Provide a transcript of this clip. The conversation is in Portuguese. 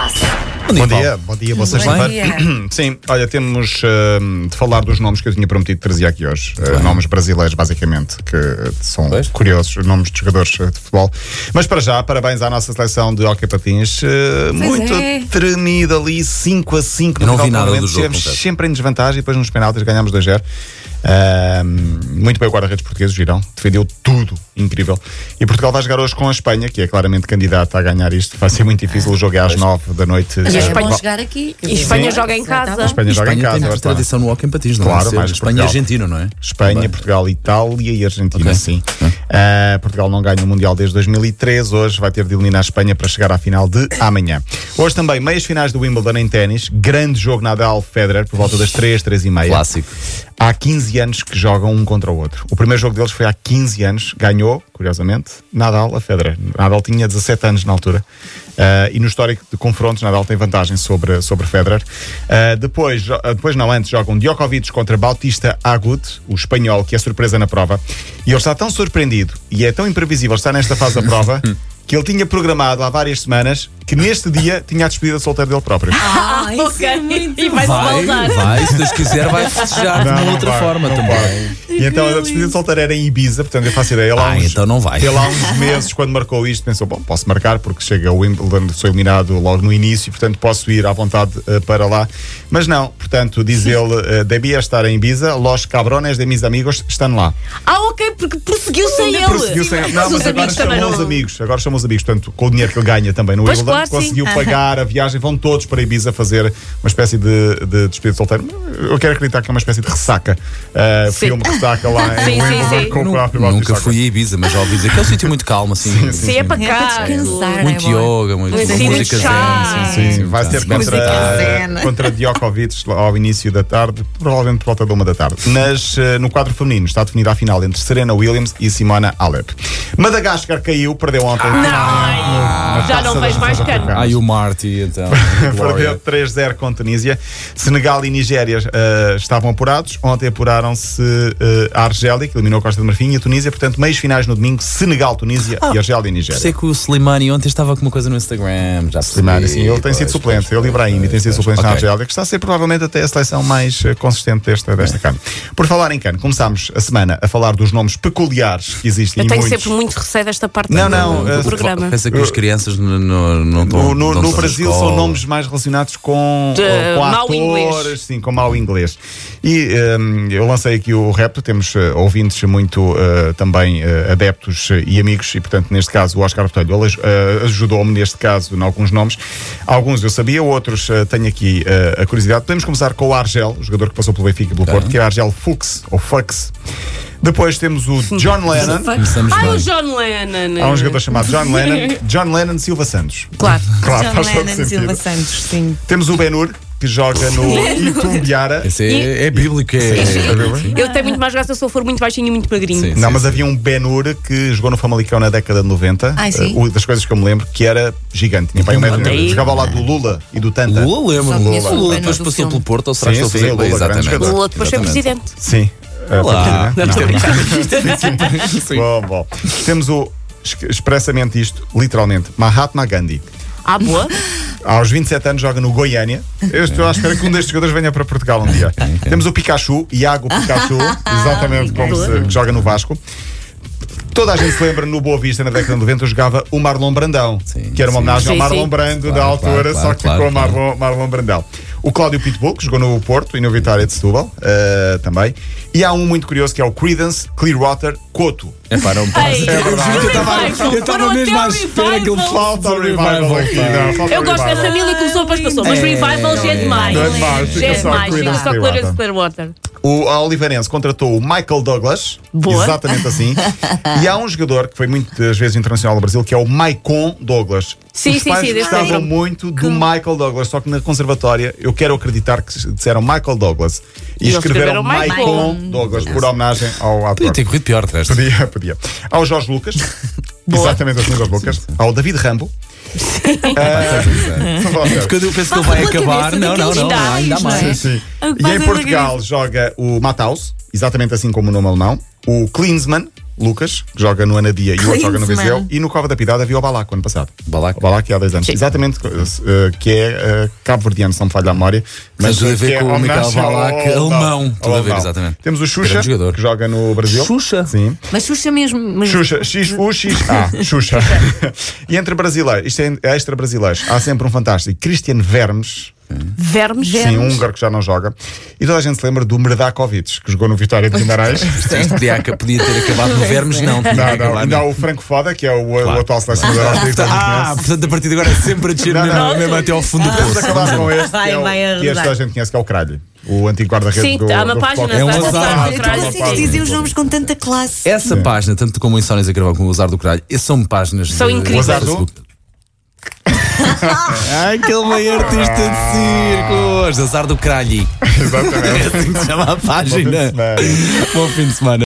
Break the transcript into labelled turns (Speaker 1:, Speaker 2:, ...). Speaker 1: Bom dia,
Speaker 2: Bom dia,
Speaker 1: Paulo.
Speaker 2: bom dia, boa
Speaker 3: Bom
Speaker 2: sexta-feira.
Speaker 3: dia.
Speaker 2: Sim, olha, temos hum, de falar dos nomes que eu tinha prometido trazer aqui hoje. Uh, nomes brasileiros, basicamente, que uh, são
Speaker 1: Pois.
Speaker 2: curiosos, nomes de jogadores uh, de futebol. Mas para já, parabéns à nossa seleção de hockey patins. uh, muito
Speaker 3: é.
Speaker 2: tremida ali, 5 a 5
Speaker 1: Eu não
Speaker 2: no
Speaker 1: vi nada
Speaker 2: final
Speaker 1: do jogo,
Speaker 2: Estivemos
Speaker 1: confesso.
Speaker 2: sempre em desvantagem e depois nos penaltis ganhámos 2-0. Hum, muito bem o guarda-redes português, Girão. Defendeu tudo, incrível. E Portugal vai jogar hoje com a Espanha, que é claramente candidata a ganhar isto. Vai ser muito difícil o jogo é às 9 da noite.
Speaker 3: Mas
Speaker 2: Eh,
Speaker 3: é bom
Speaker 2: bom-
Speaker 3: chegar aqui.
Speaker 4: E Espanha joga em casa.
Speaker 2: a Espanha joga em
Speaker 1: Espanha tem
Speaker 2: casa. agora
Speaker 1: mais
Speaker 2: está.
Speaker 1: tradição no hockey em patins, não é?
Speaker 2: Claro,
Speaker 1: Deve ser
Speaker 2: mais
Speaker 1: Espanha e
Speaker 2: Portugal.
Speaker 1: Argentina, não é?
Speaker 2: Espanha,
Speaker 1: Também.
Speaker 2: Portugal, Itália e Argentina,
Speaker 1: Ok.
Speaker 2: sim. Ah, Portugal não ganha o Mundial desde 2003. Hoje vai ter de eliminar a Espanha para chegar à final de amanhã. Hoje também, meias finais do Wimbledon em ténis. Grande jogo Nadal Federer por volta das 3, 3 e meia.
Speaker 1: Clássico.
Speaker 2: Há 15 anos que jogam um contra o outro. O primeiro jogo deles foi há 15 anos, ganhou, curiosamente, Nadal a Federer. Nadal tinha 17 anos na altura. Ah, e no histórico de confrontos, Nadal tem vantagem sobre, sobre Federer. Ah, depois, jo- ah, depois, não, antes jogam Djokovic contra Bautista Agut, o espanhol, que é surpresa na prova. E ele está tão surpreendido e é tão imprevisível estar nesta fase da prova que ele tinha programado há várias semanas que neste dia tinha a despedida solteira dele próprio.
Speaker 3: Ah, isso é muito
Speaker 4: E vai-se
Speaker 1: Vai,
Speaker 4: voltar.
Speaker 1: vai, se Deus quiser, vai festejar de
Speaker 2: Não,
Speaker 1: uma
Speaker 2: não
Speaker 1: outra
Speaker 2: vai,
Speaker 1: forma
Speaker 2: não
Speaker 1: também.
Speaker 2: vai. E então a despedida de solteira era em Ibiza, portanto eu faço ideia. Ele há
Speaker 1: Ah,
Speaker 2: uns,
Speaker 1: então não vai.
Speaker 2: Ele há uns meses, quando marcou isto, pensou: bom, posso marcar porque chega o Wimbledon, sou eliminado logo no início, portanto posso ir à vontade eh, para lá. Mas não, portanto, diz ele: eh, devia estar em Ibiza, los cabrones de mis amigos estão lá.
Speaker 4: Ah, ok, porque prosseguiu sem ele.
Speaker 2: Prosseguiu sem- Não,
Speaker 4: Mas os
Speaker 2: mas agora
Speaker 4: amigos também
Speaker 2: chamou
Speaker 4: não.
Speaker 2: os amigos. Agora chamou os amigos. Portanto, com o dinheiro que ele ganha também no
Speaker 4: Pois,
Speaker 2: Wimbledon,
Speaker 4: claro, sim.
Speaker 2: conseguiu pagar a viagem. Vão todos para Ibiza fazer uma espécie de, de despedida de solteiro. Eu quero acreditar que é uma espécie de ressaca. Uh,
Speaker 4: Sim.
Speaker 2: filme ressaca lá em
Speaker 4: Sim, sim,
Speaker 2: Wimbledon
Speaker 4: sim.
Speaker 2: com o próprio Bautista
Speaker 1: Nunca
Speaker 2: Agut.
Speaker 1: fui a Ibiza, mas já ouvi dizer que é um sítio muito calmo, assim.
Speaker 4: Se é para
Speaker 3: É para
Speaker 4: cá.
Speaker 3: descansar,
Speaker 1: Muito
Speaker 3: é bom.
Speaker 1: yoga, muito
Speaker 4: Sim, sim,
Speaker 1: música zen.
Speaker 4: chá.
Speaker 2: Sim, vai ser
Speaker 1: Sim, é
Speaker 3: música
Speaker 2: contra,
Speaker 3: zen.
Speaker 2: contra Djokovic lá ao início da tarde, provavelmente por volta da uma da tarde. Mas eh, no quadro feminino está definida a final entre Serena Williams e Simona Halep. Madagascar caiu, perdeu ontem.
Speaker 4: Ah, Ai, já não vejo mais cano.
Speaker 1: Ai, o Marty, então.
Speaker 2: Perdeu
Speaker 1: Glória.
Speaker 2: 3-0 com Tunísia. Senegal e Nigéria eh, estavam apurados. Ontem apuraram-se eh, a Argélia, que eliminou a Costa de Marfim, e a Tunísia. Portanto, meios finais no domingo: Senegal, Tunísia
Speaker 4: Ah.
Speaker 2: e Argélia e
Speaker 1: Eu
Speaker 2: Nigéria.
Speaker 1: sei que o Slimani ontem estava com uma coisa no Instagram, já percebi.
Speaker 2: Slimani, sim, ele tem
Speaker 1: Pois,
Speaker 2: sido suplente,
Speaker 1: pois,
Speaker 2: ele e Brahim,
Speaker 1: pois,
Speaker 2: tem sido
Speaker 1: pois.
Speaker 2: suplente na
Speaker 1: Ok.
Speaker 2: Argélia, que está a ser provavelmente até a seleção mais eh, consistente desta, desta CAN. Por falar em CAN, começámos a semana a falar dos nomes peculiares que existem
Speaker 4: Eu
Speaker 2: e
Speaker 4: tenho
Speaker 2: muitos.
Speaker 4: sempre muito receio desta parte
Speaker 2: Não,
Speaker 4: do-
Speaker 2: não,
Speaker 4: do
Speaker 2: eh,
Speaker 4: programa.
Speaker 1: Pensa que as crianças no- no- não estão.
Speaker 2: No, no-
Speaker 1: não
Speaker 2: no
Speaker 1: estão na
Speaker 2: Brasil
Speaker 1: escola.
Speaker 2: são nomes mais relacionados com,
Speaker 4: De
Speaker 2: eh, com
Speaker 4: mau
Speaker 2: atores,
Speaker 4: inglês.
Speaker 2: sim, com mau inglês. E ehm, eu lancei aqui o repto, temos eh, ouvintes muito eh, também eh, adeptos eh, e amigos, e portanto, neste caso, o Oscar Botelho ele, eh, ajudou-me, neste caso, em alguns nomes. Alguns eu sabia, outros eh, tenho aqui eh, a curiosidade. Podemos começar com o Argel, o jogador que passou pelo Benfica e
Speaker 1: Tá.
Speaker 2: pelo Porto, que é Argel Fuchs, ou Fux. Depois temos o John Lennon.
Speaker 1: Começamos
Speaker 4: Ai, o é,
Speaker 1: bem.
Speaker 4: John Lennon.
Speaker 2: Há um jogador chamado John Lennon, John Lennon Silva Santos.
Speaker 4: Claro.
Speaker 2: Claro,
Speaker 3: John
Speaker 2: faz todo
Speaker 3: Lennon
Speaker 2: sentido.
Speaker 3: Silva Santos, sim.
Speaker 2: Temos o Benur, que joga no Itumbiara.
Speaker 1: Esse é, é bíblico, é.
Speaker 4: Eu tenho muito mais graça se eu for muito baixinho e muito magrinho.
Speaker 1: é Sim.
Speaker 2: Não, mas havia um Benur que jogou no Famalicão na década de 90.
Speaker 3: Ai, sim.
Speaker 2: Uh, das coisas que eu me lembro, que era gigante. Tinha pai um metro. e meio. Jogava ao lado do Lula e do Tanta.
Speaker 1: Lula, lembro.
Speaker 3: Só conheço
Speaker 1: Lula,
Speaker 3: o
Speaker 1: Lula
Speaker 3: Lula
Speaker 1: depois
Speaker 3: do
Speaker 1: passou
Speaker 3: filme.
Speaker 1: pelo Porto, ou será que
Speaker 2: Sim,
Speaker 1: ele
Speaker 2: sim,
Speaker 1: fez
Speaker 2: Lula, grande
Speaker 1: Exatamente.
Speaker 2: jogador.
Speaker 4: O outro depois foi
Speaker 1: Exatamente.
Speaker 4: presidente.
Speaker 2: Sim. Uh,
Speaker 1: Olá.
Speaker 2: Não,
Speaker 4: Não,
Speaker 2: não.
Speaker 1: Sim.
Speaker 2: Bom, bom. Temos o ex- expressamente isto, literalmente, Mahatma Gandhi.
Speaker 4: Ah, boa.
Speaker 2: Aos 27 anos joga no Goiânia. Eu estou à espera que um destes jogadores venha para Portugal um dia. Temos o Pikachu, Iago Pikachu, exatamente como se que joga no Vasco. Toda a gente se lembra no Boa Vista, na década de 90, jogava o Marlon Brandão,
Speaker 1: Sim,
Speaker 2: que era uma
Speaker 1: sim.
Speaker 2: homenagem ao
Speaker 4: Sim,
Speaker 2: Marlon
Speaker 4: sim.
Speaker 2: Brando da
Speaker 1: Claro,
Speaker 2: altura,
Speaker 1: claro,
Speaker 2: só que
Speaker 1: claro,
Speaker 2: ficou
Speaker 1: claro.
Speaker 2: Marlon, Marlon Brandão. O Cláudio Pitbull, que jogou no Porto e no Vitória de Setúbal eh, também. E há um muito curioso que é o Credence Clearwater Coto.
Speaker 1: É pá, não
Speaker 4: Ai,
Speaker 1: passa.
Speaker 4: o revival.
Speaker 1: Eu
Speaker 4: Foram
Speaker 1: estava
Speaker 4: até
Speaker 1: mesmo
Speaker 4: ao
Speaker 1: à espera que ele
Speaker 4: revival.
Speaker 2: Falta o revival aqui. não, falta
Speaker 4: Eu
Speaker 2: o
Speaker 4: gosto
Speaker 2: revival.
Speaker 4: dessa família que começou para as pessoas, mas
Speaker 1: É,
Speaker 4: revival já é demais.
Speaker 2: Não é demais, fica
Speaker 4: Já é
Speaker 2: só
Speaker 4: demais.
Speaker 2: Creedence
Speaker 4: Fica só
Speaker 2: Clearwater.
Speaker 4: Clarence Clearwater.
Speaker 2: O a Oliveirense contratou o Michael Douglas,
Speaker 4: Boa.
Speaker 2: exatamente assim. e há um jogador que foi muitas vezes internacional no Brasil, que é o Maicon Douglas.
Speaker 4: Sim,
Speaker 2: Os
Speaker 4: sim,
Speaker 2: pais
Speaker 4: sim, desse
Speaker 2: gostavam
Speaker 4: lembro-me.
Speaker 2: muito do Michael Douglas, só que na conservatória eu quero acreditar que disseram Michael Douglas e,
Speaker 4: E eles
Speaker 2: escreveram
Speaker 4: escreveram
Speaker 2: Maicon
Speaker 4: Maicon.
Speaker 2: Douglas por homenagem ao ator.
Speaker 1: Podia ter corrido pior, de resto.
Speaker 2: Podia, podia. Ao Jorge Lucas, exatamente assim, Jorge Lucas. Ao David Rambo. Ah, só falar sério.
Speaker 1: Porque eu penso que ele vai
Speaker 3: pela
Speaker 1: acabar.
Speaker 3: cabeça
Speaker 1: Não, não,
Speaker 3: daqueles
Speaker 1: não, não, ainda
Speaker 3: gajos, não é?
Speaker 1: mais.
Speaker 2: Sim.
Speaker 3: O que
Speaker 2: E
Speaker 3: faz
Speaker 2: em
Speaker 3: a
Speaker 2: Portugal joga o Matthaus, exatamente assim como o nome alemão, o Klinsmann Lucas, que joga no Anadia e o outro joga no
Speaker 5: Klinsmann.
Speaker 2: Viseu, e no Cova da Pidade havia o Balaco ano passado.
Speaker 1: Balaco.
Speaker 2: O Balaco há dois anos. Exatamente, eh, que é eh, cabo-verdiano, se não me falha a memória.
Speaker 1: Mas tudo a ver
Speaker 2: que é
Speaker 1: com o Michael
Speaker 2: homenagem ao-
Speaker 1: Balac,
Speaker 2: ao-
Speaker 1: alemão.
Speaker 2: ao
Speaker 1: Tudo a ver,
Speaker 2: alemão.
Speaker 1: exatamente.
Speaker 2: Temos o Xuxa,
Speaker 1: Grande jogador.
Speaker 2: que joga no Brasil.
Speaker 1: Xuxa?
Speaker 2: Sim.
Speaker 5: Mas Xuxa mesmo.
Speaker 3: É
Speaker 5: Mas...
Speaker 2: Xuxa, X, U, X, A, Xuxa. e entre brasileiros, isto é extra brasileiros, há sempre um fantástico, Christian Vermes,
Speaker 4: Vermes.
Speaker 2: sim, um húngaro que já não joga, e toda a gente se lembra do Merdakovic, que jogou no Vitória de Guimarães.
Speaker 1: Isto, isto podia, aca- podia ter acabado no Vermes, não. Tinha
Speaker 2: Não,
Speaker 1: que
Speaker 2: não,
Speaker 1: acabar
Speaker 2: ainda há
Speaker 1: no-
Speaker 2: o Franco Foda, que é o, o
Speaker 1: Claro.
Speaker 2: atual selecionador austríaco.
Speaker 1: Ah, portanto, a partir de agora é sempre a descer
Speaker 2: Não,
Speaker 1: mesmo,
Speaker 2: não.
Speaker 1: mesmo até ao fundo do
Speaker 2: Vamos
Speaker 1: poço.
Speaker 2: acabar com este,
Speaker 5: Vai,
Speaker 2: que, é o,
Speaker 5: vai
Speaker 2: que este
Speaker 5: arredar.
Speaker 2: toda a gente conhece, que é o Cralho, o antigo guarda-redes
Speaker 4: Sim,
Speaker 2: do,
Speaker 4: há uma
Speaker 2: do
Speaker 4: página,
Speaker 2: futebol.
Speaker 1: É um
Speaker 4: está
Speaker 1: azar.
Speaker 4: a
Speaker 5: Olha, tu
Speaker 4: voltar ao
Speaker 5: consegues
Speaker 4: caralho.
Speaker 5: dizer os nomes com tanta classe.
Speaker 1: Essa página, tanto como o Insónias a gravar com o Azar do Caralho, essas são páginas.
Speaker 4: São
Speaker 1: de-
Speaker 4: incríveis.
Speaker 1: do
Speaker 2: O Azar do-
Speaker 1: Facebook. Ai, aquele meio artista de circos! Azar do Caralho.
Speaker 2: Exatamente.
Speaker 1: É assim que se chama a
Speaker 2: Bom fim de
Speaker 1: página.
Speaker 2: semana.
Speaker 1: Bom fim de semana.